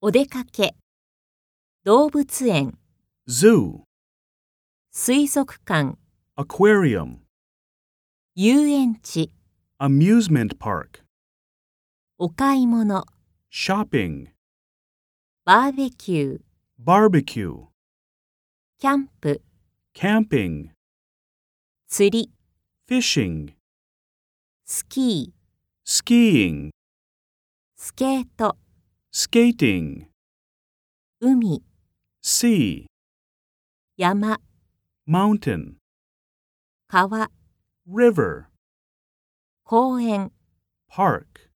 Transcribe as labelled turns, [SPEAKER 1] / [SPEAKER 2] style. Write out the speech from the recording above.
[SPEAKER 1] お出かけ、動物園、
[SPEAKER 2] zoo,
[SPEAKER 1] 水族館、
[SPEAKER 2] aquarium,
[SPEAKER 1] 遊園地、
[SPEAKER 2] amusement park,
[SPEAKER 1] お買い物、
[SPEAKER 2] shopping,
[SPEAKER 1] バーベキュー、
[SPEAKER 2] barbecue,
[SPEAKER 1] キャンプ、
[SPEAKER 2] camping,
[SPEAKER 1] 釣り、
[SPEAKER 2] fishing,
[SPEAKER 1] スキー、
[SPEAKER 2] skiing,
[SPEAKER 1] スケート、
[SPEAKER 2] skating,
[SPEAKER 1] 海、
[SPEAKER 2] sea,
[SPEAKER 1] 山、
[SPEAKER 2] mountain,
[SPEAKER 1] 川、
[SPEAKER 2] river,
[SPEAKER 1] 公園。
[SPEAKER 2] park.